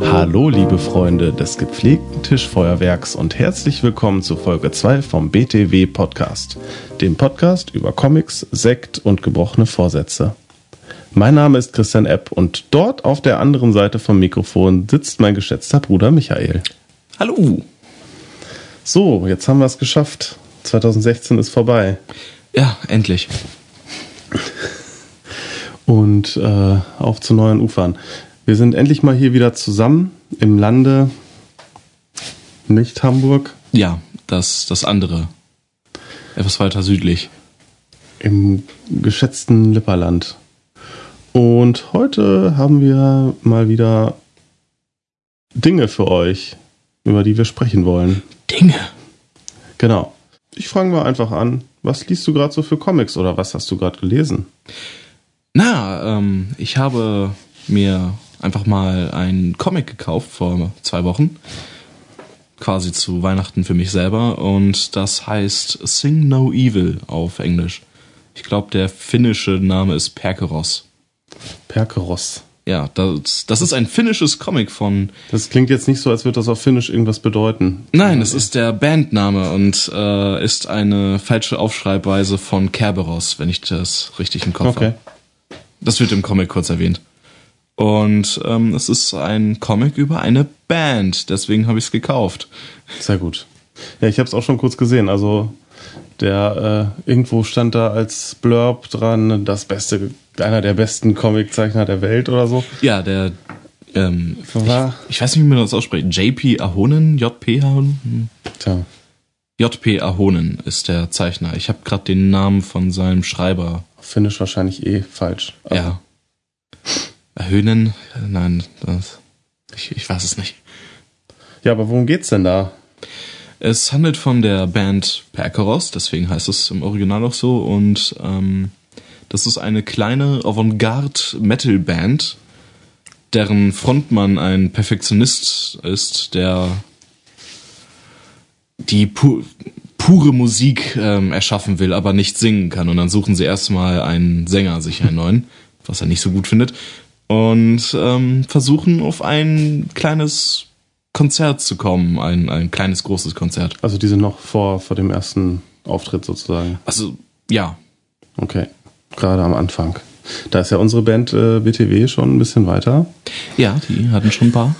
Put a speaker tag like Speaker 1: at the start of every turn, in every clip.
Speaker 1: Hallo, liebe Freunde des gepflegten Tischfeuerwerks und herzlich willkommen zu Folge 2 vom BTW Podcast, dem Podcast über Comics, Sekt und gebrochene Vorsätze. Mein Name ist Christian Epp und dort auf der anderen Seite vom Mikrofon sitzt mein geschätzter Bruder Michael.
Speaker 2: Hallo.
Speaker 1: So, jetzt haben wir es geschafft. 2016 ist vorbei.
Speaker 2: Ja, endlich.
Speaker 1: Und äh, auf zu neuen Ufern. Wir sind endlich mal hier wieder zusammen im Lande nicht Hamburg,
Speaker 2: Ja, das, das andere. Etwas weiter südlich.
Speaker 1: im geschätzten Lipperland. Und heute haben wir mal wieder Dinge für euch, über die wir sprechen wollen.
Speaker 2: Dinge.
Speaker 1: Genau. Ich frage mal einfach an, was liest du gerade so für Comics oder was hast du gerade gelesen?
Speaker 2: Na, ähm, ich habe mir einfach mal einen Comic gekauft vor zwei Wochen. Quasi zu Weihnachten für mich selber. Und das heißt Sing No Evil auf Englisch. Ich glaube, der finnische Name ist Perkeros.
Speaker 1: Perkeros.
Speaker 2: Ja, das, das ist ein finnisches Comic von
Speaker 1: Das klingt jetzt nicht so, als würde das auf Finnisch irgendwas bedeuten.
Speaker 2: Nein, es ist der Bandname und äh, ist eine falsche Aufschreibweise von Kerberos, wenn ich das richtig im Kopf
Speaker 1: Okay.
Speaker 2: habe. Das wird im Comic kurz erwähnt. Und ähm, es ist ein Comic über eine Band, deswegen habe ich es gekauft.
Speaker 1: Sehr gut. Ja, ich habe es auch schon kurz gesehen. Also der äh, irgendwo stand da als Blurb dran, das beste, einer der besten Comiczeichner der Welt oder so.
Speaker 2: Ja, der ähm,
Speaker 1: War-
Speaker 2: ich, ich weiß nicht, wie man das ausspricht. JP Ahonen, JP Ahonen,
Speaker 1: Tja,
Speaker 2: JP Ahonen ist der Zeichner. Ich habe gerade den Namen von seinem Schreiber.
Speaker 1: auf Finnisch wahrscheinlich eh falsch. Aber
Speaker 2: Ja. Höhnen? Nein, das ich, ich weiß es nicht.
Speaker 1: ja, aber worum geht's denn da?
Speaker 2: Es handelt von der Band Perkeros, deswegen heißt es im Original auch so. Und ähm, das ist eine kleine Avantgarde-Metal-Band, deren Frontmann ein Perfektionist ist, der die pu pure Musik ähm, erschaffen will, aber nicht singen kann. Und dann suchen sie erstmal einen Sänger, sich einen neuen, was er nicht so gut findet, und ähm, versuchen auf ein kleines Konzert zu kommen, ein, ein kleines, großes Konzert.
Speaker 1: Also die sind noch vor, vor dem ersten Auftritt sozusagen.
Speaker 2: Also, ja,
Speaker 1: Okay, gerade am Anfang. Da ist ja unsere Band äh, BTW schon ein bisschen weiter.
Speaker 2: ja, die hatten schon ein paar.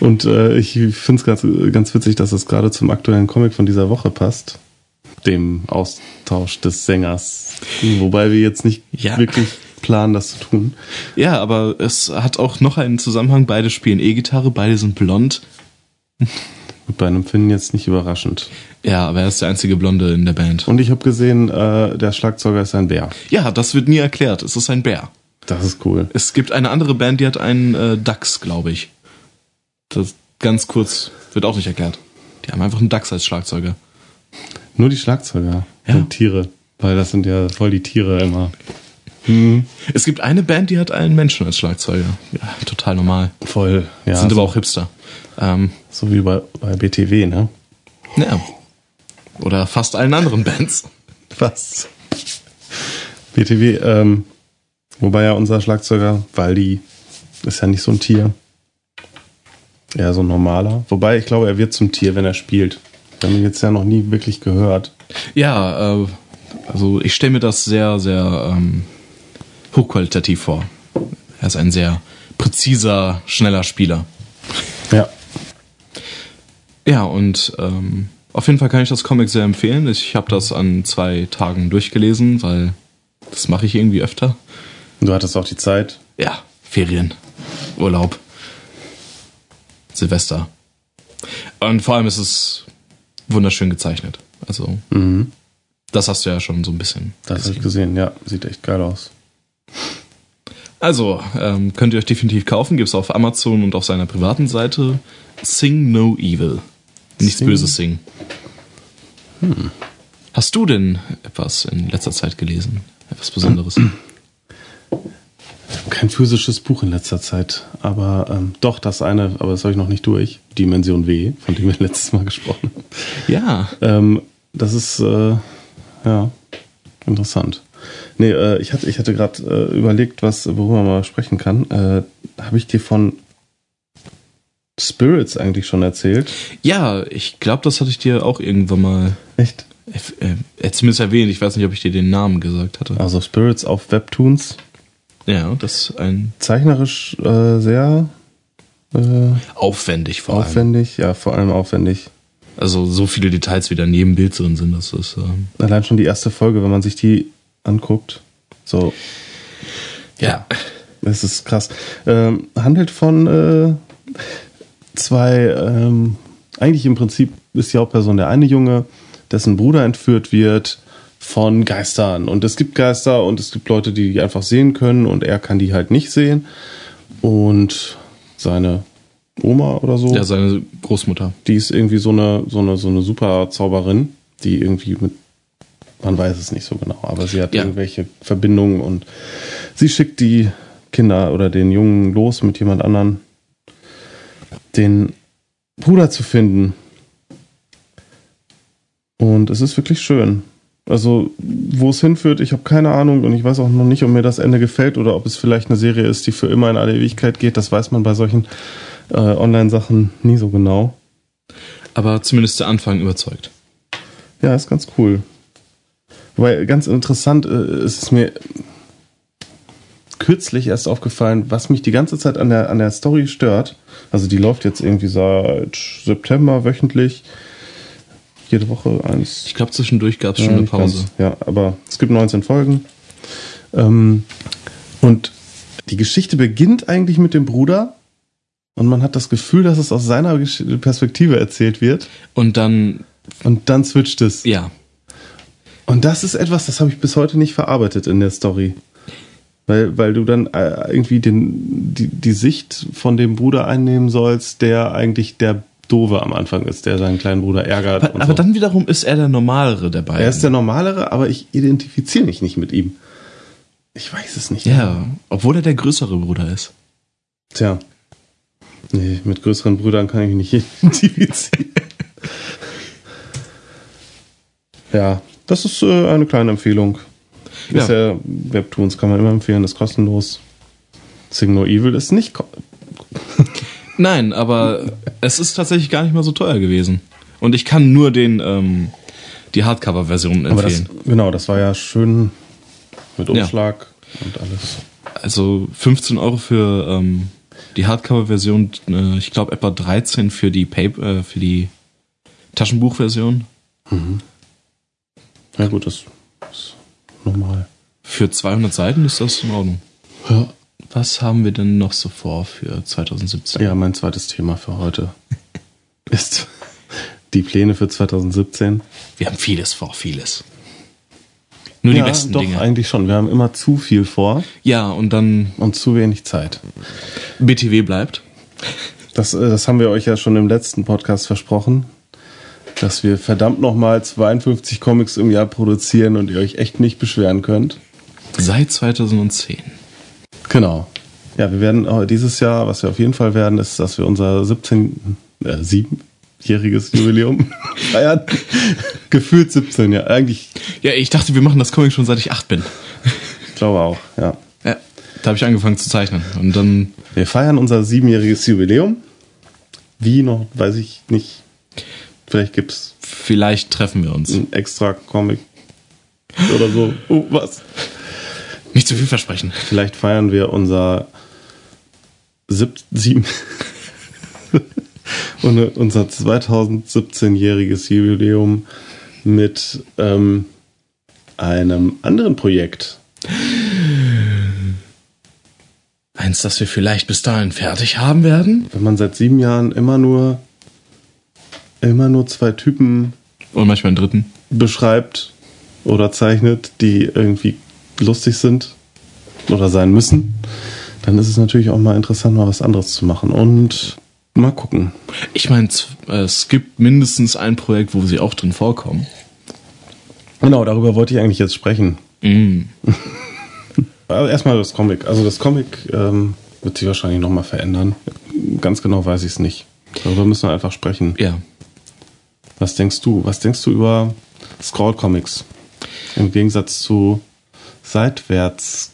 Speaker 1: Und äh, ich finde es ganz, ganz witzig, dass es gerade zum aktuellen Comic von dieser Woche passt. Dem Austausch des Sängers. Wobei wir jetzt nicht
Speaker 2: Ja.
Speaker 1: wirklich planen, das zu tun.
Speaker 2: Ja, aber es hat auch noch einen Zusammenhang. Beide spielen E-Gitarre, beide sind blond.
Speaker 1: Und bei einem Finn jetzt nicht überraschend.
Speaker 2: Ja, aber er ist der einzige Blonde in der Band.
Speaker 1: Und ich habe gesehen, äh, der Schlagzeuger ist ein Bär.
Speaker 2: Ja, das wird nie erklärt. Es ist ein Bär.
Speaker 1: Das ist cool.
Speaker 2: Es gibt eine andere Band, die hat einen äh, Dachs, glaube ich. Das ganz kurz wird auch nicht erklärt. Die haben einfach einen Dachs als Schlagzeuger.
Speaker 1: Nur die Schlagzeuger
Speaker 2: Ja.
Speaker 1: sind Tiere. Weil das sind ja voll die Tiere immer.
Speaker 2: Es gibt eine Band, die hat einen Menschen als Schlagzeuger. Ja, total normal.
Speaker 1: Voll. Ja,
Speaker 2: Sind
Speaker 1: so,
Speaker 2: aber auch Hipster. Ähm,
Speaker 1: so wie bei, bei BTW, ne?
Speaker 2: ja. Oder fast allen anderen Bands.
Speaker 1: Was? BTW, ähm, wobei ja unser Schlagzeuger, Waldi, ist ja nicht so ein Tier. Eher so ein normaler. Wobei, ich glaube, er wird zum Tier, wenn er spielt. Wir haben ihn jetzt ja noch nie wirklich gehört.
Speaker 2: Ja, äh, also ich stelle mir das sehr, sehr ähm, hochqualitativ vor. Er ist ein sehr präziser, schneller Spieler.
Speaker 1: Ja.
Speaker 2: Ja, und ähm, auf jeden Fall kann ich das Comic sehr empfehlen. Ich habe das an zwei Tagen durchgelesen, weil das mache ich irgendwie öfter.
Speaker 1: Und du hattest auch die Zeit.
Speaker 2: Ja, Ferien, Urlaub, Silvester. Und vor allem ist es wunderschön gezeichnet. Also, das hast du ja schon so ein bisschen.
Speaker 1: Mhm. Das habe ich gesehen. Ja, sieht echt geil aus.
Speaker 2: Also, ähm, könnt ihr euch definitiv kaufen. Gibt's auf Amazon und auf seiner privaten Seite. Sing No Evil. Nichts
Speaker 1: Sing- Hm.
Speaker 2: Böses singen. Hast du denn etwas in letzter Zeit gelesen? Etwas Besonderes?
Speaker 1: physisches Buch in letzter Zeit. Aber ähm, doch, das eine, aber das habe ich noch nicht durch. Dimension W, von dem wir letztes Mal gesprochen haben.
Speaker 2: Ja.
Speaker 1: Ähm, das ist äh, ja interessant. Nee, äh, ich hatte, ich hatte gerade äh, überlegt, was, worüber man mal sprechen kann. Äh, habe ich dir von Spirits eigentlich schon erzählt?
Speaker 2: Ja, ich glaube, das hatte ich dir auch irgendwann mal
Speaker 1: Echt?
Speaker 2: äh, äh, zumindest erwähnt. Ich weiß nicht, ob ich dir den Namen gesagt hatte.
Speaker 1: Also Spirits auf Webtoons.
Speaker 2: Ja, das ist ein
Speaker 1: Zeichnerisch äh, sehr äh,
Speaker 2: aufwendig vor allem.
Speaker 1: aufwendig, ja, vor allem aufwendig.
Speaker 2: Also so viele Details, wie da in jedem Bild drin sind, das ist ähm,
Speaker 1: Allein schon die erste Folge, wenn man sich die anguckt. So,
Speaker 2: ja.
Speaker 1: Das ist krass. Ähm, handelt von äh, zwei, ähm, eigentlich im Prinzip ist die Hauptperson der eine Junge, dessen Bruder entführt wird von Geistern. Und es gibt Geister und es gibt Leute, die die einfach sehen können und er kann die halt nicht sehen. Und seine Oma oder so,
Speaker 2: Ja, seine Großmutter.
Speaker 1: die ist irgendwie so eine, so eine, so eine super Zauberin, die irgendwie mit, man weiß es nicht so genau, aber sie hat
Speaker 2: Ja.
Speaker 1: irgendwelche Verbindungen und sie schickt die Kinder oder den Jungen los mit jemand anderen, den Bruder zu finden. Und es ist wirklich schön. Also, wo es hinführt, ich habe keine Ahnung und ich weiß auch noch nicht, ob mir das Ende gefällt oder ob es vielleicht eine Serie ist, die für immer in alle Ewigkeit geht. Das weiß man bei solchen äh, Online-Sachen nie so genau.
Speaker 2: Aber zumindest der Anfang überzeugt.
Speaker 1: Ja, ist ganz cool. Wobei ganz interessant äh, ist es mir kürzlich erst aufgefallen, was mich die ganze Zeit an der, an der Story stört. Also die läuft jetzt irgendwie seit September wöchentlich. Jede Woche eins.
Speaker 2: Ich glaube, zwischendurch gab es
Speaker 1: Ja,
Speaker 2: schon eine
Speaker 1: nicht
Speaker 2: Pause.
Speaker 1: ganz. Ja, aber es gibt 19 Folgen. Ähm, und die Geschichte beginnt eigentlich mit dem Bruder. Und man hat das Gefühl, dass es aus seiner Gesch- Perspektive erzählt wird.
Speaker 2: Und dann,
Speaker 1: Und dann switcht es.
Speaker 2: ja,
Speaker 1: Und das ist etwas, das habe ich bis heute nicht verarbeitet in der Story. Weil, weil du dann äh, irgendwie den, die, die Sicht von dem Bruder einnehmen sollst, der eigentlich der Dove am Anfang ist, der seinen kleinen Bruder ärgert.
Speaker 2: Aber,
Speaker 1: und
Speaker 2: aber
Speaker 1: so.
Speaker 2: dann wiederum ist er der Normalere der beiden.
Speaker 1: er ist der Normalere, aber ich identifiziere mich nicht mit ihm. Ich weiß es nicht.
Speaker 2: ja, obwohl er der größere Bruder ist.
Speaker 1: Tja. Nee, mit größeren Brüdern kann ich nicht identifizieren. ja, das ist äh, eine kleine Empfehlung.
Speaker 2: Ja.
Speaker 1: Ist ja Webtoons kann man immer empfehlen, ist kostenlos. Signal Evil ist nicht. ko-
Speaker 2: Nein, aber es ist tatsächlich gar nicht mal so teuer gewesen. Und ich kann nur den, ähm, die Hardcover-Version
Speaker 1: Aber das,
Speaker 2: empfehlen.
Speaker 1: genau, das war ja schön mit
Speaker 2: Ja.
Speaker 1: Umschlag und alles.
Speaker 2: Also 15 Euro für ähm, die Hardcover-Version, äh, ich glaube etwa 13 für die, Pap- äh, für die Taschenbuch-Version.
Speaker 1: Ja, gut, das ist normal.
Speaker 2: Für 200 Seiten ist das in Ordnung.
Speaker 1: Ja.
Speaker 2: Was haben wir denn noch so vor für 2017?
Speaker 1: Ja, mein zweites Thema für heute ist die Pläne für 2017.
Speaker 2: Wir haben vieles vor, vieles. Nur die besten
Speaker 1: doch,
Speaker 2: Dinge.
Speaker 1: eigentlich schon. Wir haben immer zu viel vor
Speaker 2: ja, und dann
Speaker 1: und zu wenig Zeit.
Speaker 2: BTW bleibt.
Speaker 1: Das, äh, das haben wir euch ja schon im letzten Podcast versprochen, dass wir verdammt nochmal 52 Comics im Jahr produzieren und ihr euch echt nicht beschweren könnt.
Speaker 2: Seit 2010.
Speaker 1: Genau. Ja, wir werden äh, dieses Jahr, was wir auf jeden Fall werden, ist, dass wir unser 17, äh, 7-jähriges Jubiläum feiern. Gefühlt 17, ja. Eigentlich,
Speaker 2: Ja, ich dachte, wir machen das Comic schon seit ich acht bin.
Speaker 1: ich glaube auch, ja.
Speaker 2: Ja, da habe ich angefangen zu zeichnen. Und dann,
Speaker 1: Wir feiern unser siebenjähriges Jubiläum. Wie noch, weiß ich nicht. Vielleicht gibt es
Speaker 2: vielleicht treffen wir uns.
Speaker 1: einen extra Comic oder so. Oh, was?
Speaker 2: Nicht zu viel versprechen.
Speaker 1: Vielleicht feiern wir unser sieb sieben und unser 2017-jähriges Jubiläum mit ähm, einem anderen Projekt.
Speaker 2: Eins, das wir vielleicht bis dahin fertig haben werden.
Speaker 1: Wenn man seit sieben Jahren immer nur immer nur zwei Typen
Speaker 2: Und manchmal einen dritten.
Speaker 1: beschreibt oder zeichnet, die irgendwie lustig sind oder sein müssen, dann ist es natürlich auch mal interessant, mal was anderes zu machen. Und mal gucken.
Speaker 2: Ich meine, äh, es gibt mindestens ein Projekt, wo sie auch drin vorkommen.
Speaker 1: Genau, darüber wollte ich eigentlich jetzt sprechen.
Speaker 2: Mm.
Speaker 1: Also erstmal das Comic. Also das Comic ähm, wird sich wahrscheinlich nochmal verändern. Ganz genau weiß ich es nicht. Darüber müssen wir einfach sprechen.
Speaker 2: Ja.
Speaker 1: Was denkst du? Was denkst du über Scroll Comics? Im Gegensatz zu seitwärts.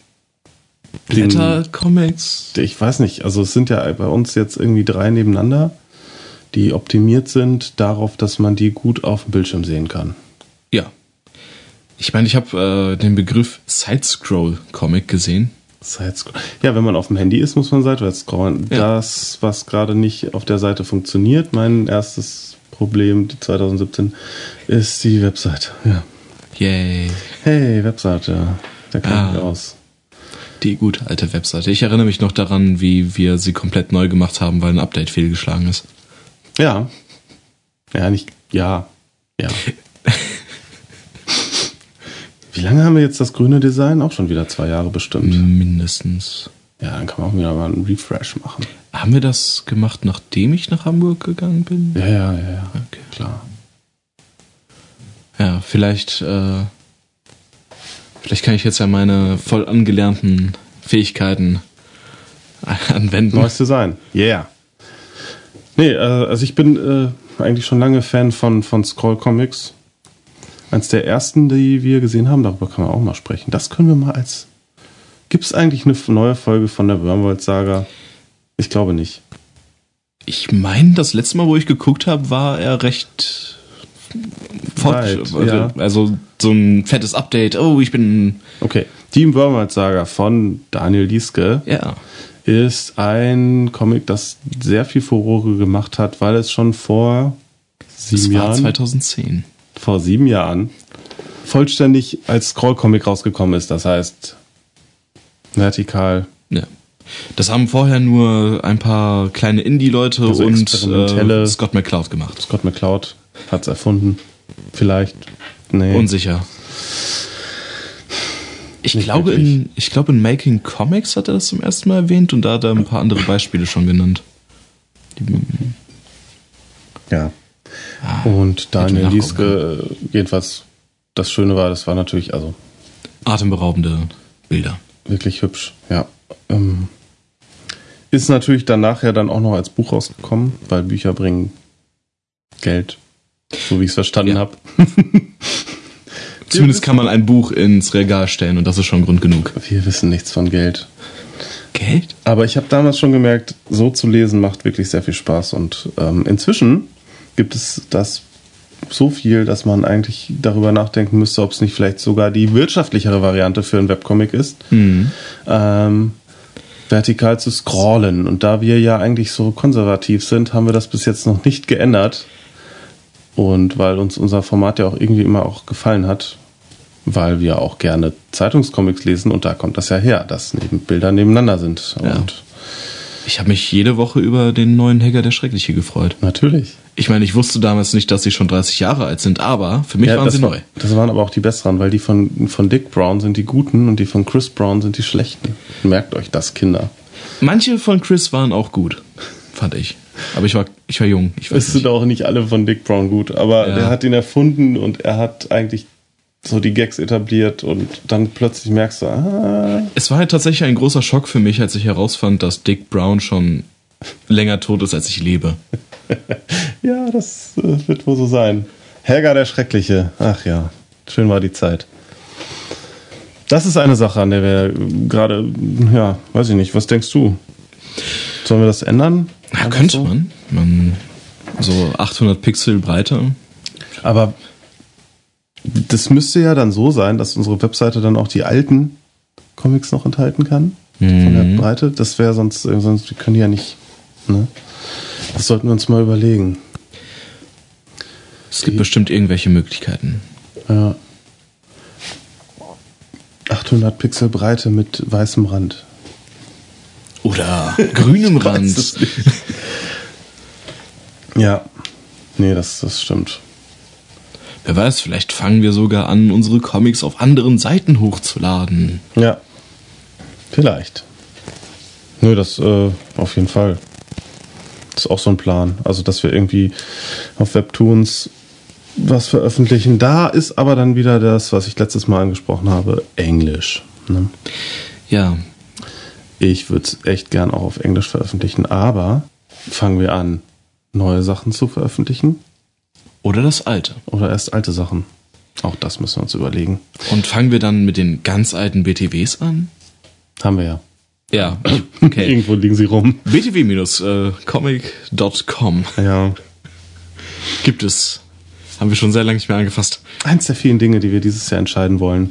Speaker 1: den-
Speaker 2: Blätter, Comics.
Speaker 1: Ich weiß nicht. Also es sind ja bei uns jetzt irgendwie drei nebeneinander, die optimiert sind darauf, dass man die gut auf dem Bildschirm sehen kann.
Speaker 2: Ja. Ich meine, ich habe äh, den Begriff Side-Scroll-Comic gesehen.
Speaker 1: Sidescroll. Ja, wenn man auf dem Handy ist, muss man seitwärts scrollen.
Speaker 2: Ja.
Speaker 1: Das, was gerade nicht auf der Seite funktioniert, mein erstes Problem 2017 ist die Website. Ja.
Speaker 2: Yay.
Speaker 1: Hey, Webseite. Da kann
Speaker 2: Ah.
Speaker 1: ich aus.
Speaker 2: Die gute alte Webseite. Ich erinnere mich noch daran, wie wir sie komplett neu gemacht haben, weil ein Update fehlgeschlagen ist.
Speaker 1: Ja. Ja, nicht. Ja. Ja. Wie lange haben wir jetzt das grüne Design? Auch schon wieder zwei Jahre bestimmt.
Speaker 2: Mindestens.
Speaker 1: Ja, dann kann man auch wieder mal einen Refresh machen.
Speaker 2: Haben wir das gemacht, nachdem ich nach Hamburg gegangen bin?
Speaker 1: Ja, ja, ja, ja.
Speaker 2: Okay.
Speaker 1: Klar.
Speaker 2: Ja, vielleicht, äh, vielleicht kann ich jetzt ja meine voll angelernten Fähigkeiten anwenden.
Speaker 1: Neues Design. Mhm. Yeah. Nee, äh, also ich bin äh, eigentlich schon lange Fan von, von Scroll Comics. Eins der ersten, die wir gesehen haben, darüber kann man auch mal sprechen. Das können wir mal als. Gibt es eigentlich eine neue Folge von der Wormwold Saga? Ich glaube nicht.
Speaker 2: Ich meine, das letzte Mal, wo ich geguckt habe, war er recht fort.
Speaker 1: Weit, ja.
Speaker 2: Also so ein fettes Update. Oh, ich bin.
Speaker 1: Okay. Die Wormwold Saga von Daniel Lieske
Speaker 2: Ja.
Speaker 1: ist ein Comic, das sehr viel Furore gemacht hat, weil es schon vor
Speaker 2: Das
Speaker 1: sieben
Speaker 2: war
Speaker 1: Jahren.
Speaker 2: 2010.
Speaker 1: vor sieben Jahren vollständig als Scroll-Comic rausgekommen ist. Das heißt, vertikal.
Speaker 2: Ja. Das haben vorher nur ein paar kleine Indie-Leute
Speaker 1: Also
Speaker 2: und
Speaker 1: experimentelle-
Speaker 2: äh, Scott McCloud gemacht.
Speaker 1: Scott McCloud hat es erfunden. Vielleicht. Nee.
Speaker 2: Unsicher. Ich
Speaker 1: Nicht
Speaker 2: glaube,
Speaker 1: wirklich.
Speaker 2: in, ich glaube, in Making Comics hat er das zum ersten Mal erwähnt und da hat er ein paar andere Beispiele schon genannt.
Speaker 1: Ja. Und Daniel
Speaker 2: Ah, nachgucken
Speaker 1: Lieske, äh, jedenfalls, das Schöne war, das war natürlich, also
Speaker 2: Atemberaubende Bilder.
Speaker 1: wirklich hübsch, ja. Ähm, ist natürlich dann nachher dann auch noch als Buch rausgekommen, weil Bücher bringen Geld. So wie ich es verstanden
Speaker 2: Ja.
Speaker 1: habe.
Speaker 2: Zumindest kann man ein Buch ins Regal stellen und das ist schon Grund genug.
Speaker 1: Wir wissen nichts von Geld.
Speaker 2: Geld?
Speaker 1: Aber ich habe damals schon gemerkt, so zu lesen macht wirklich sehr viel Spaß. Und ähm, inzwischen gibt es das so viel, dass man eigentlich darüber nachdenken müsste, ob es nicht vielleicht sogar die wirtschaftlichere Variante für einen Webcomic ist, ähm, vertikal zu scrollen. Und da wir ja eigentlich so konservativ sind, haben wir das bis jetzt noch nicht geändert. Und weil uns unser Format ja auch irgendwie immer auch gefallen hat, weil wir auch gerne Zeitungscomics lesen und da kommt das ja her, dass neben Bilder nebeneinander sind.
Speaker 2: Ja.
Speaker 1: Und
Speaker 2: Ich habe mich jede Woche über den neuen Hacker der Schreckliche gefreut.
Speaker 1: natürlich.
Speaker 2: Ich meine, ich wusste damals nicht, dass sie schon 30 Jahre alt sind, aber für mich
Speaker 1: Ja,
Speaker 2: waren
Speaker 1: das,
Speaker 2: sie
Speaker 1: war-
Speaker 2: neu.
Speaker 1: das waren aber auch die besseren, weil die von, von Dick Brown sind die guten und die von Chris Brown sind die schlechten. Merkt euch das, Kinder.
Speaker 2: Manche von Chris waren auch gut, fand ich. Aber ich war, ich war jung. Ich weiß
Speaker 1: Es sind
Speaker 2: nicht.
Speaker 1: auch nicht alle von Dick Brown gut, aber
Speaker 2: Ja.
Speaker 1: der hat ihn erfunden und er hat eigentlich so die Gags etabliert und dann plötzlich merkst du, ah,
Speaker 2: Es war halt tatsächlich ein großer Schock für mich, als ich herausfand, dass Dick Brown schon länger tot ist, als ich lebe.
Speaker 1: ja, das äh, wird wohl so sein. Helga der Schreckliche. Ach ja, schön war die Zeit. Das ist eine Sache, an der wir gerade, ja, weiß ich nicht, was denkst du? Sollen wir das ändern?
Speaker 2: Ja,
Speaker 1: Einfach
Speaker 2: könnte
Speaker 1: so?
Speaker 2: man. man. So 800 Pixel Breite.
Speaker 1: Aber das müsste ja dann so sein, dass unsere Webseite dann auch die alten Comics noch enthalten kann. Von der Breite. Das wäre sonst, äh, sonst wir können die ja nicht. Ne? Das sollten wir uns mal überlegen.
Speaker 2: Es gibt bestimmt irgendwelche Möglichkeiten.
Speaker 1: Ja. 800 Pixel Breite mit weißem Rand.
Speaker 2: Oder grünem
Speaker 1: weiß
Speaker 2: Rand.
Speaker 1: es Ja. Nee, das, das stimmt.
Speaker 2: Wer weiß, vielleicht fangen wir sogar an, unsere Comics auf anderen Seiten hochzuladen.
Speaker 1: Ja. Vielleicht. Nö, das äh, auf jeden Fall. Ist auch so ein Plan. Also, dass wir irgendwie auf Webtoons was veröffentlichen. Da ist aber dann wieder das, was ich letztes Mal angesprochen habe, Englisch. Ne?
Speaker 2: Ja,
Speaker 1: Ich würde es echt gern auch auf Englisch veröffentlichen, aber fangen wir an, neue Sachen zu veröffentlichen
Speaker 2: oder das alte.
Speaker 1: oder erst alte Sachen? Auch das müssen wir uns überlegen.
Speaker 2: Und fangen wir dann mit den ganz alten BTWs an?
Speaker 1: Haben wir ja.
Speaker 2: Ja, okay.
Speaker 1: Irgendwo liegen sie rum.
Speaker 2: äh, btw-comic.com
Speaker 1: Ja.
Speaker 2: gibt es. Haben wir schon sehr lange nicht mehr angefasst.
Speaker 1: Eins der vielen Dinge, die wir dieses Jahr entscheiden wollen.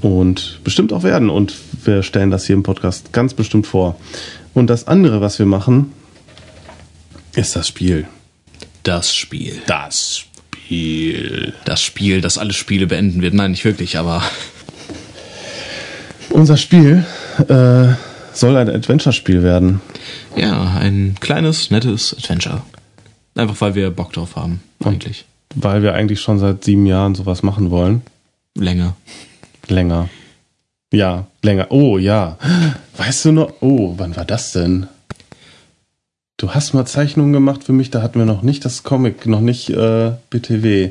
Speaker 1: Und bestimmt auch werden. Und wir stellen das hier im Podcast ganz bestimmt vor. Und das andere, was wir machen, ist das Spiel.
Speaker 2: Das Spiel.
Speaker 1: Das Spiel.
Speaker 2: Das Spiel, das alle Spiele beenden wird. Nein, nicht wirklich, aber
Speaker 1: Unser Spiel äh, soll ein Adventure-Spiel werden.
Speaker 2: ja, ein kleines, nettes Adventure. Einfach weil wir Bock drauf haben, eigentlich.
Speaker 1: Weil wir eigentlich schon seit sieben Jahren sowas machen wollen.
Speaker 2: Länger.
Speaker 1: Länger. Ja, länger. Oh, ja. Weißt du noch? Oh, wann war das denn? Du hast mal Zeichnungen gemacht für mich, da hatten wir noch nicht das Comic, noch nicht äh, BTW.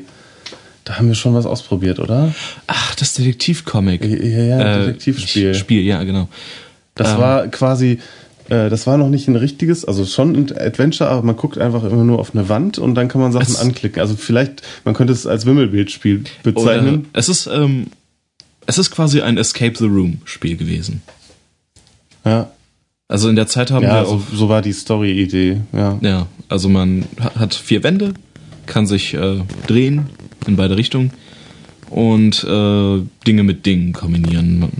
Speaker 1: Da haben wir schon was ausprobiert, oder?
Speaker 2: Ach, das Detektivcomic.
Speaker 1: Ja, ja
Speaker 2: Äh,
Speaker 1: Detektivspiel.
Speaker 2: Spiel, ja, genau.
Speaker 1: Das
Speaker 2: Ähm.
Speaker 1: war quasi, äh, das war noch nicht ein richtiges, also schon ein Adventure, aber man guckt einfach immer nur auf eine Wand und dann kann man Sachen
Speaker 2: Es-
Speaker 1: anklicken. Also vielleicht, man könnte es als Wimmelbildspiel bezeichnen.
Speaker 2: Oder es ist, ähm, es ist quasi ein Escape the Room Spiel gewesen.
Speaker 1: ja,
Speaker 2: Also in der Zeit haben
Speaker 1: ja
Speaker 2: wir
Speaker 1: so,
Speaker 2: auch,
Speaker 1: so war die Story-Idee. Ja.
Speaker 2: ja, also man ha- hat vier Wände, kann sich äh, drehen in beide Richtungen und äh, Dinge mit Dingen kombinieren. Man-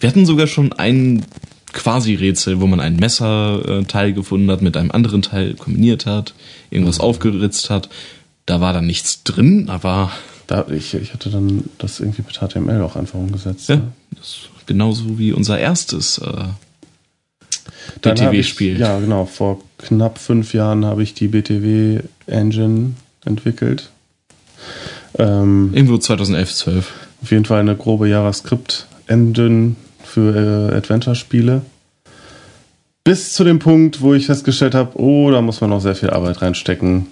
Speaker 2: Wir hatten sogar schon ein quasi Rätsel, wo man ein Messerteil äh, Teil gefunden hat, mit einem anderen Teil kombiniert hat, irgendwas aufgeritzt hat. Da war dann nichts drin, aber
Speaker 1: Da, ich, ich hatte dann das irgendwie mit HTML auch einfach umgesetzt.
Speaker 2: ja,
Speaker 1: ne?
Speaker 2: das ist genauso wie unser erstes äh,
Speaker 1: Dann hab ich-
Speaker 2: BTW-Spiel.
Speaker 1: Ja, genau. Vor knapp fünf Jahren habe ich die BTW Engine entwickelt. Ähm,
Speaker 2: Irgendwo 2011, 12.
Speaker 1: auf jeden Fall eine grobe JavaScript-Engine für äh, Adventure-Spiele. Bis zu dem Punkt, wo ich festgestellt habe, oh, da muss man noch sehr viel Arbeit reinstecken.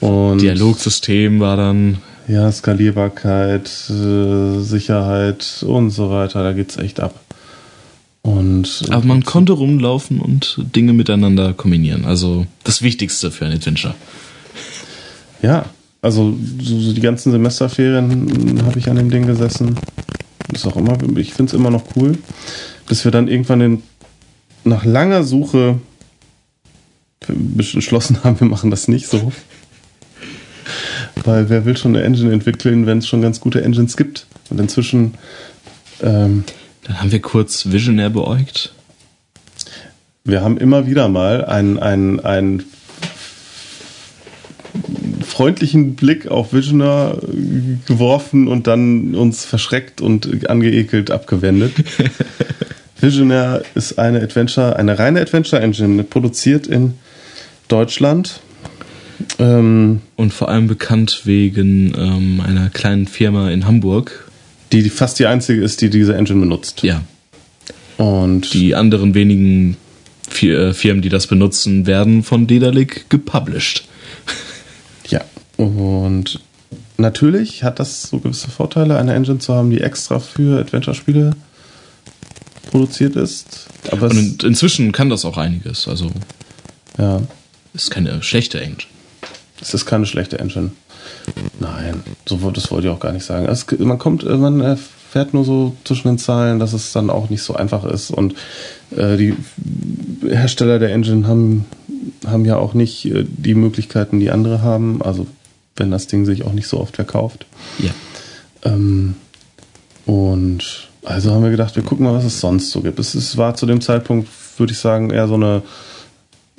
Speaker 1: Und
Speaker 2: Dialogsystem war dann.
Speaker 1: Ja, Skalierbarkeit, äh, Sicherheit und so weiter, da geht's echt ab. Und
Speaker 2: Aber man konnte rumlaufen und Dinge miteinander kombinieren. Also das Wichtigste für ein Adventure.
Speaker 1: ja, also so, so die ganzen Semesterferien habe ich an dem Ding gesessen. Ist auch immer, ich find's immer noch cool, bis wir dann irgendwann den, nach langer Suche beschlossen haben, wir machen das nicht so. Weil wer will schon eine Engine entwickeln, wenn es schon ganz gute Engines gibt? Und inzwischen ähm,
Speaker 2: Dann haben wir kurz Visionär beäugt.
Speaker 1: Wir haben immer wieder mal einen, einen, einen freundlichen Blick auf Visioner äh, geworfen und dann uns verschreckt und angeekelt abgewendet. Visionaire ist eine Adventure, eine reine Adventure Engine, produziert in Deutschland. Ähm,
Speaker 2: Und vor allem bekannt wegen ähm, einer kleinen Firma in Hamburg.
Speaker 1: die, die fast die einzige ist, die diese Engine benutzt.
Speaker 2: Ja,
Speaker 1: Und
Speaker 2: die anderen wenigen Fi- äh, Firmen, die das benutzen, werden von Dedalic gepublished.
Speaker 1: Ja, und natürlich hat das so gewisse Vorteile, eine Engine zu haben, die extra für Adventure-Spiele produziert ist. Aber
Speaker 2: Und
Speaker 1: es,
Speaker 2: in, inzwischen kann das auch einiges. Also
Speaker 1: ja,
Speaker 2: ist keine schlechte Engine.
Speaker 1: es ist keine schlechte Engine. Nein, so, wo- das wollte ich auch gar nicht sagen. Es, man kommt, äh, man erfährt nur so zwischen den Zahlen, dass es dann auch nicht so einfach ist. Und äh, die Hersteller der Engine haben, haben ja auch nicht äh, die Möglichkeiten, die andere haben. Also wenn das Ding sich auch nicht so oft verkauft.
Speaker 2: Ja.
Speaker 1: Ähm, und also haben wir gedacht, wir gucken mal, was es sonst so gibt. Es, es war zu dem Zeitpunkt, würde ich sagen, eher so eine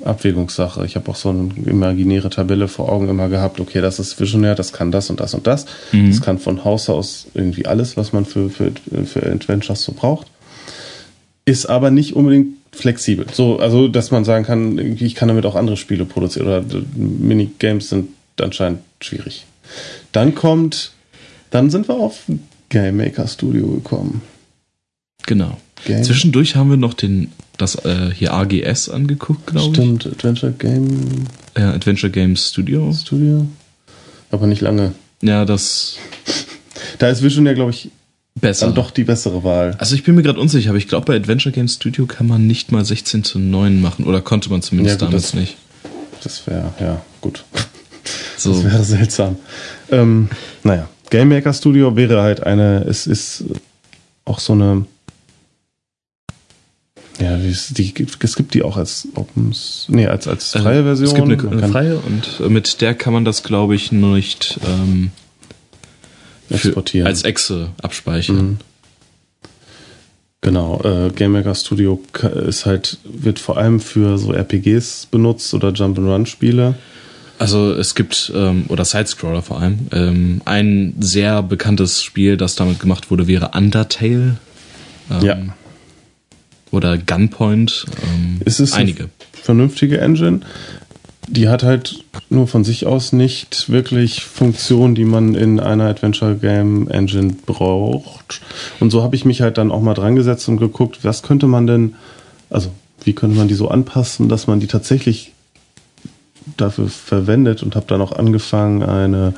Speaker 1: Abwägungssache. Ich habe auch so eine imaginäre Tabelle vor Augen immer gehabt. Okay, das ist visionär, das kann das und das und das. Das kann von Haus aus irgendwie alles, was man für, für, für Adventures so braucht. Ist aber nicht unbedingt flexibel. So, also, dass man sagen kann, irgendwie, ich kann damit auch andere Spiele produzieren oder äh, Minigames sind anscheinend schwierig. Dann kommt dann sind wir auf Game Maker Studio gekommen.
Speaker 2: Genau.
Speaker 1: Game-
Speaker 2: Zwischendurch haben wir noch den, das äh, hier AGS angeguckt, glaube ich.
Speaker 1: Stimmt, Adventure Game
Speaker 2: Äh, Adventure Games Studio.
Speaker 1: Studio. Aber nicht lange.
Speaker 2: Ja, das.
Speaker 1: Da ist Vision ja, glaube ich,
Speaker 2: besser.
Speaker 1: Dann doch die bessere Wahl.
Speaker 2: Also ich bin mir gerade unsicher, aber ich glaube, bei Adventure Game Studio kann man nicht mal 16 zu 9 machen. Oder konnte man zumindest
Speaker 1: Ja, gut,
Speaker 2: damals
Speaker 1: das-
Speaker 2: nicht.
Speaker 1: Das wäre, ja, gut. Das
Speaker 2: So.
Speaker 1: wäre seltsam. Ähm, naja, Game Maker Studio wäre halt eine, es ist auch so eine. Ja, wie es- die, gibt- es gibt die auch als Open, nee, als, als
Speaker 2: Äh,
Speaker 1: freie Version.
Speaker 2: Es gibt eine,
Speaker 1: Man
Speaker 2: eine
Speaker 1: kann-
Speaker 2: freie und äh, mit der kann man das, glaube ich, nur nicht ähm, für-
Speaker 1: Exportieren. Mhm.
Speaker 2: als Exe abspeichern.
Speaker 1: Genau, äh, Game Maker Studio ka- ist halt, wird vor allem für so RPGs benutzt oder Jump'n'Run-Spiele.
Speaker 2: Also es gibt, ähm, oder Sidescroller vor allem, ähm, ein sehr bekanntes Spiel, das damit gemacht wurde, wäre Undertale ähm,
Speaker 1: Ja.
Speaker 2: oder Gunpoint. Ähm,
Speaker 1: Es ist
Speaker 2: einige.
Speaker 1: eine vernünftige Engine. Die hat halt nur von sich aus nicht wirklich Funktionen, die man in einer Adventure Game Engine braucht. Und so habe ich mich halt dann auch mal dran gesetzt und geguckt, was könnte man denn, also wie könnte man die so anpassen, dass man die tatsächlich dafür verwendet und habe dann auch angefangen, eine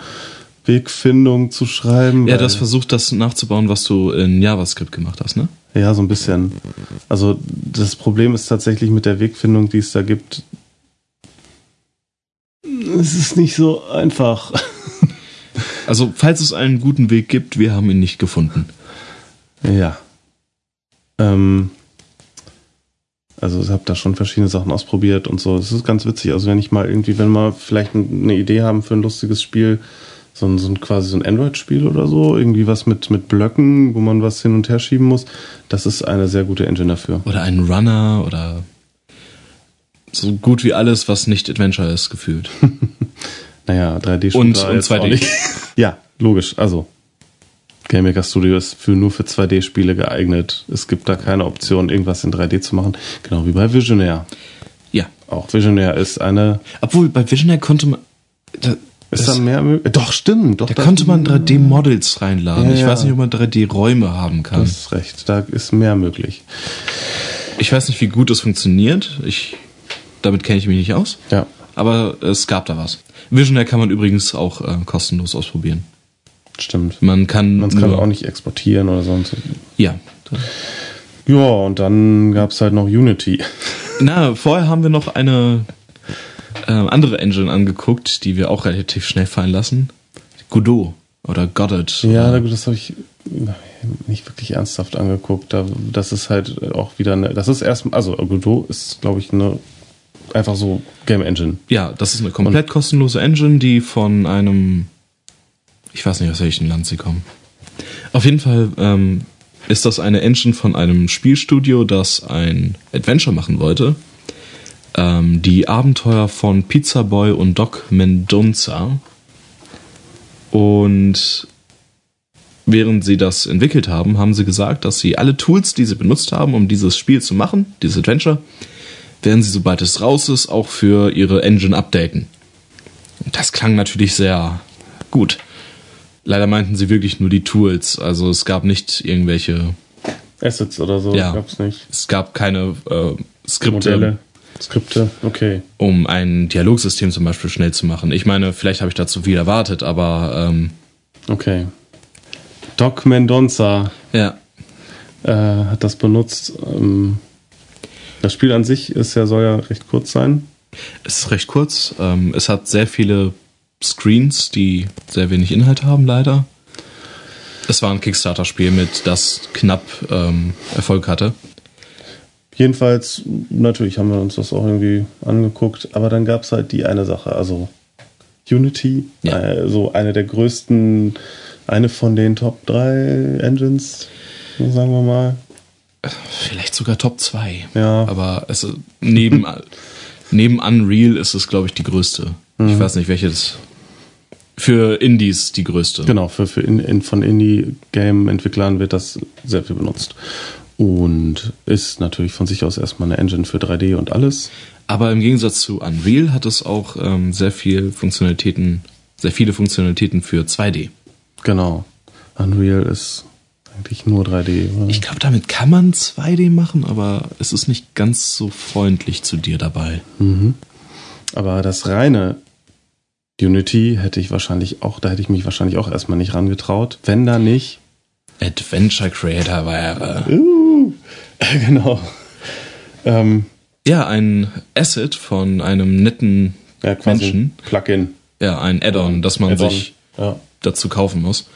Speaker 1: Wegfindung zu schreiben.
Speaker 2: Ja,
Speaker 1: weil-
Speaker 2: das versucht, das nachzubauen, was du in JavaScript gemacht hast, ne?
Speaker 1: Ja, so ein bisschen. Also das Problem ist tatsächlich mit der Wegfindung, die es da gibt. Es ist nicht so einfach.
Speaker 2: Also, falls es einen guten Weg gibt, wir haben ihn nicht gefunden.
Speaker 1: Ja. Ähm, also ich habe da schon verschiedene Sachen ausprobiert und so. Es ist ganz witzig. Also wenn ich mal irgendwie, wenn wir vielleicht n- eine Idee haben für ein lustiges Spiel, so ein, so ein quasi so ein Android-Spiel oder so, irgendwie was mit, mit Blöcken, wo man was hin und her schieben muss, das ist eine sehr gute Engine dafür.
Speaker 2: Oder einen Runner oder so gut wie alles, was nicht Adventure ist, gefühlt.
Speaker 1: Naja, 3D
Speaker 2: Und-
Speaker 1: Shooter
Speaker 2: und
Speaker 1: jetzt auch
Speaker 2: 2D.
Speaker 1: nicht. ja, logisch. Also Game Maker Studio ist für, nur für 2D Spiele geeignet. Es gibt da keine Option irgendwas in 3D zu machen, genau wie bei Visionaire.
Speaker 2: ja.
Speaker 1: Auch Visionaire ist eine
Speaker 2: Obwohl, bei Visionary konnte man. Da,
Speaker 1: ist
Speaker 2: das-
Speaker 1: da mehr möglich? Äh, Doch, stimmt, doch.
Speaker 2: da konnte man 3D-Models reinladen.
Speaker 1: Ja,
Speaker 2: ich
Speaker 1: ja.
Speaker 2: weiß nicht, ob man 3D-Räume haben kann.
Speaker 1: Du hast recht, da ist mehr möglich.
Speaker 2: ich weiß nicht, wie gut das funktioniert. Ich, damit kenne ich mich nicht aus.
Speaker 1: Ja.
Speaker 2: Aber es gab da was. Visionary kann man übrigens auch äh, kostenlos ausprobieren.
Speaker 1: Stimmt.
Speaker 2: Man kann.
Speaker 1: Man kann
Speaker 2: nur-
Speaker 1: auch nicht exportieren oder sonst.
Speaker 2: Ja.
Speaker 1: Ja, und dann gab's halt noch Unity.
Speaker 2: Na, vorher haben wir noch eine äh, andere Engine angeguckt, die wir auch relativ schnell fallen lassen. Godot oder Goddard.
Speaker 1: Ja, na gut, das habe ich nicht wirklich ernsthaft angeguckt. Da, das ist halt auch wieder eine. Das ist erstmal, also Godot ist, glaube ich, eine einfach so Game Engine.
Speaker 2: Ja, das ist eine komplett kostenlose Engine, die von einem, ich weiß nicht, aus welchem Land sie kommen. Auf jeden Fall ähm, ist das eine Engine von einem Spielstudio, das ein Adventure machen wollte. Ähm, die Abenteuer von Pizza Boy und Doc Mendonza. Und während sie das entwickelt haben, haben sie gesagt, dass sie alle Tools, die sie benutzt haben, um dieses Spiel zu machen, dieses Adventure, werden sie, sobald es raus ist, auch für ihre Engine updaten. Und das klang natürlich sehr gut. Leider meinten sie wirklich nur die Tools. Also es gab nicht irgendwelche,
Speaker 1: Assets oder so
Speaker 2: Ja.
Speaker 1: gab's nicht.
Speaker 2: es gab keine äh, Skripte,
Speaker 1: Modelle, Skripte, okay.
Speaker 2: um ein Dialogsystem zum Beispiel schnell zu machen. Ich meine, vielleicht habe ich dazu viel erwartet, aber ähm,
Speaker 1: Okay. Doc Mendonza
Speaker 2: ja,
Speaker 1: äh, hat das benutzt. Ähm, das Spiel an sich ist ja, soll ja recht kurz sein.
Speaker 2: es ist recht kurz. Ähm, es hat sehr viele Screens, die sehr wenig Inhalt haben, leider. Es war ein Kickstarter-Spiel mit, das knapp ähm, Erfolg hatte.
Speaker 1: Jedenfalls, natürlich haben wir uns das auch irgendwie angeguckt, aber dann gab es halt die eine Sache, also Unity,
Speaker 2: Ja.
Speaker 1: äh, so eine der größten, eine von den Top 3 Engines, so sagen wir mal.
Speaker 2: Vielleicht sogar Top 2.
Speaker 1: Ja.
Speaker 2: Aber es, ist- neben, neben Unreal ist es, glaube ich, die größte.
Speaker 1: Mhm.
Speaker 2: Ich weiß nicht, welche das. Für Indies die größte.
Speaker 1: Genau, für, für in, in, von Indie-Game-Entwicklern wird das sehr viel benutzt. Und ist natürlich von sich aus erstmal eine Engine für 3D und alles.
Speaker 2: Aber im Gegensatz zu Unreal hat es auch ähm, sehr viel Funktionalitäten, sehr viele Funktionalitäten für 2D.
Speaker 1: Genau. Unreal ist eigentlich nur 3D. Oder?
Speaker 2: Ich glaube, damit kann man 2D machen, aber es ist nicht ganz so freundlich zu dir dabei.
Speaker 1: Aber das reine Unity hätte ich wahrscheinlich auch, da hätte ich mich wahrscheinlich auch erstmal nicht rangetraut, wenn da nicht
Speaker 2: Adventure Creator wäre.
Speaker 1: Uh, genau. Ähm,
Speaker 2: Ja, ein Asset von einem netten
Speaker 1: ja, quasi
Speaker 2: Menschen.
Speaker 1: ein Plugin.
Speaker 2: Ja, ein Add-on, das man
Speaker 1: Add-on.
Speaker 2: sich
Speaker 1: Ja.
Speaker 2: dazu kaufen muss.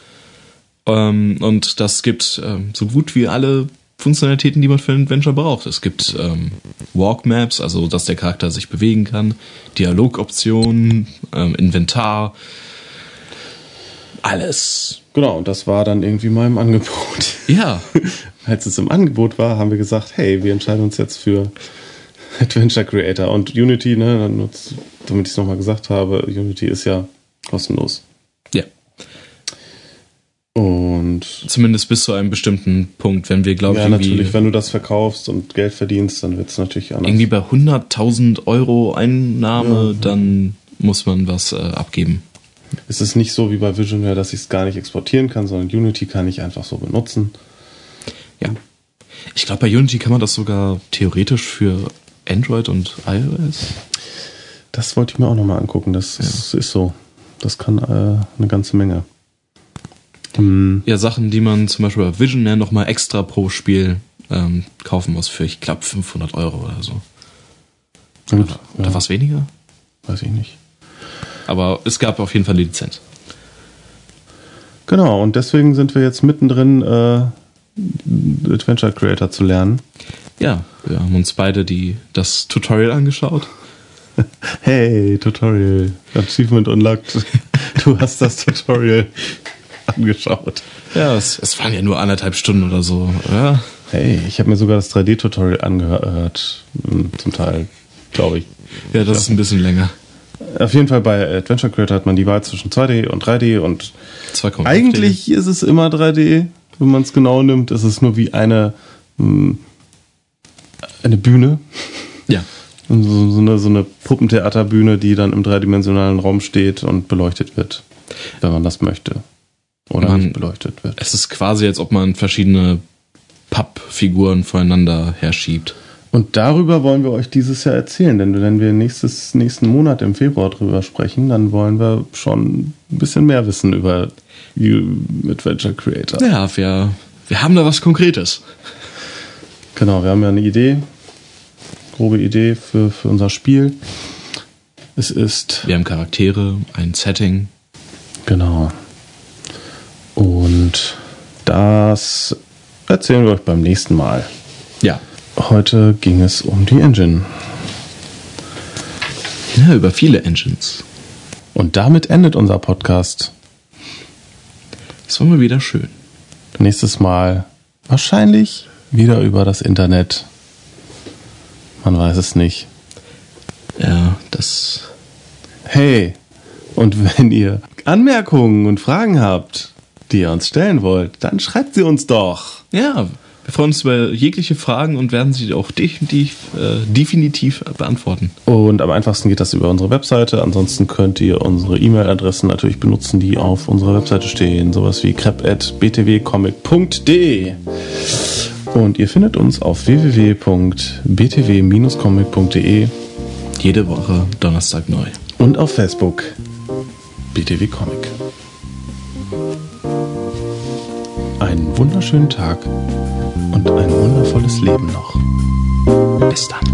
Speaker 2: Ähm, und das gibt ähm, so gut wie alle Funktionalitäten, die man für ein Adventure braucht. Es gibt ähm, Walkmaps, also dass der Charakter sich bewegen kann, Dialogoptionen, ähm, Inventar, alles.
Speaker 1: Genau, und das war dann irgendwie mal im Angebot.
Speaker 2: Ja,
Speaker 1: Als es im Angebot war, haben wir gesagt, hey, wir entscheiden uns jetzt für Adventure Creator und Unity, ne, dann nutzt, damit ich es nochmal gesagt habe, Unity ist ja kostenlos.
Speaker 2: ja.
Speaker 1: Und
Speaker 2: Zumindest bis zu einem bestimmten Punkt, wenn wir, glaube
Speaker 1: ja,
Speaker 2: ich, irgendwie, äh,
Speaker 1: natürlich, wenn du das verkaufst und Geld verdienst, dann wird es natürlich anders.
Speaker 2: irgendwie bei 100.000 Euro Einnahme, dann muss man was äh, abgeben.
Speaker 1: Es ist nicht so wie bei Visionware, dass ich es gar nicht exportieren kann, sondern Unity kann ich einfach so benutzen.
Speaker 2: Ja. Ich glaube, bei Unity kann man das sogar theoretisch für Android und iOS.
Speaker 1: Das wollte ich mir auch nochmal angucken. Das ist, ist so. Das kann äh, eine ganze Menge. Hm,
Speaker 2: Ja, Sachen, die man zum Beispiel bei Visionaire nochmal extra pro Spiel ähm, kaufen muss für, ich glaube, 500 Euro oder so.
Speaker 1: gut,
Speaker 2: Oder, oder
Speaker 1: ja,
Speaker 2: was weniger.
Speaker 1: Weiß ich nicht.
Speaker 2: Aber es gab auf jeden Fall die Lizenz.
Speaker 1: Genau, und deswegen sind wir jetzt mittendrin, äh, Adventure Creator zu lernen.
Speaker 2: Ja, wir haben uns beide die, das Tutorial angeschaut.
Speaker 1: Hey, Tutorial. Achievement unlocked. Du hast das Tutorial angeschaut.
Speaker 2: Ja, es, es waren ja nur anderthalb Stunden oder so. Ja,
Speaker 1: Hey, ich habe mir sogar das 3D-Tutorial angehört. Hm, Zum Teil, glaube ich.
Speaker 2: ja das ist ein bisschen länger.
Speaker 1: Auf jeden Fall bei Adventure Creator hat man die Wahl zwischen 2D und 3D und
Speaker 2: Zwei kommt
Speaker 1: eigentlich ist es immer 3D, wenn man es genau nimmt. Es ist nur wie eine, mh, eine Bühne,
Speaker 2: Ja.
Speaker 1: so, so, eine, so eine Puppentheaterbühne, die dann im dreidimensionalen Raum steht und beleuchtet wird, wenn man das möchte. Oder
Speaker 2: Man-
Speaker 1: nicht beleuchtet wird.
Speaker 2: Es ist quasi, als ob man verschiedene Pappfiguren voreinander herschiebt.
Speaker 1: Und darüber wollen wir euch dieses Jahr erzählen, denn wenn wir nächstes, nächsten Monat im Februar drüber sprechen, dann wollen wir schon ein bisschen mehr wissen über Adventure Creator.
Speaker 2: Ja, wir, wir haben da was Konkretes.
Speaker 1: Genau, wir haben ja eine Idee, grobe Idee für, für unser Spiel. Es ist,
Speaker 2: Wir haben Charaktere, ein Setting.
Speaker 1: genau. Und das erzählen wir euch beim nächsten Mal.
Speaker 2: Ja.
Speaker 1: Heute ging es um die Engine.
Speaker 2: ja über viele Engines.
Speaker 1: Und damit endet unser Podcast.
Speaker 2: Das war mal wieder schön.
Speaker 1: Nächstes Mal wahrscheinlich wieder über das Internet. Man weiß es nicht.
Speaker 2: Ja, das.
Speaker 1: Hey, und wenn ihr Anmerkungen und Fragen habt, die ihr uns stellen wollt, dann schreibt sie uns doch.
Speaker 2: Ja, wir freuen uns über jegliche Fragen und werden sie auch definitiv, äh, definitiv beantworten.
Speaker 1: Und am einfachsten geht das über unsere Webseite. Ansonsten könnt ihr unsere E-Mail-Adressen natürlich benutzen, die auf unserer Webseite stehen. Sowas wie crep.btwcomic.de. Und ihr findet uns auf www.btw-comic.de
Speaker 2: Jede Woche Donnerstag neu.
Speaker 1: und auf Facebook. BTW Comic. Einen wunderschönen Tag und ein wundervolles Leben noch.
Speaker 2: Bis dann.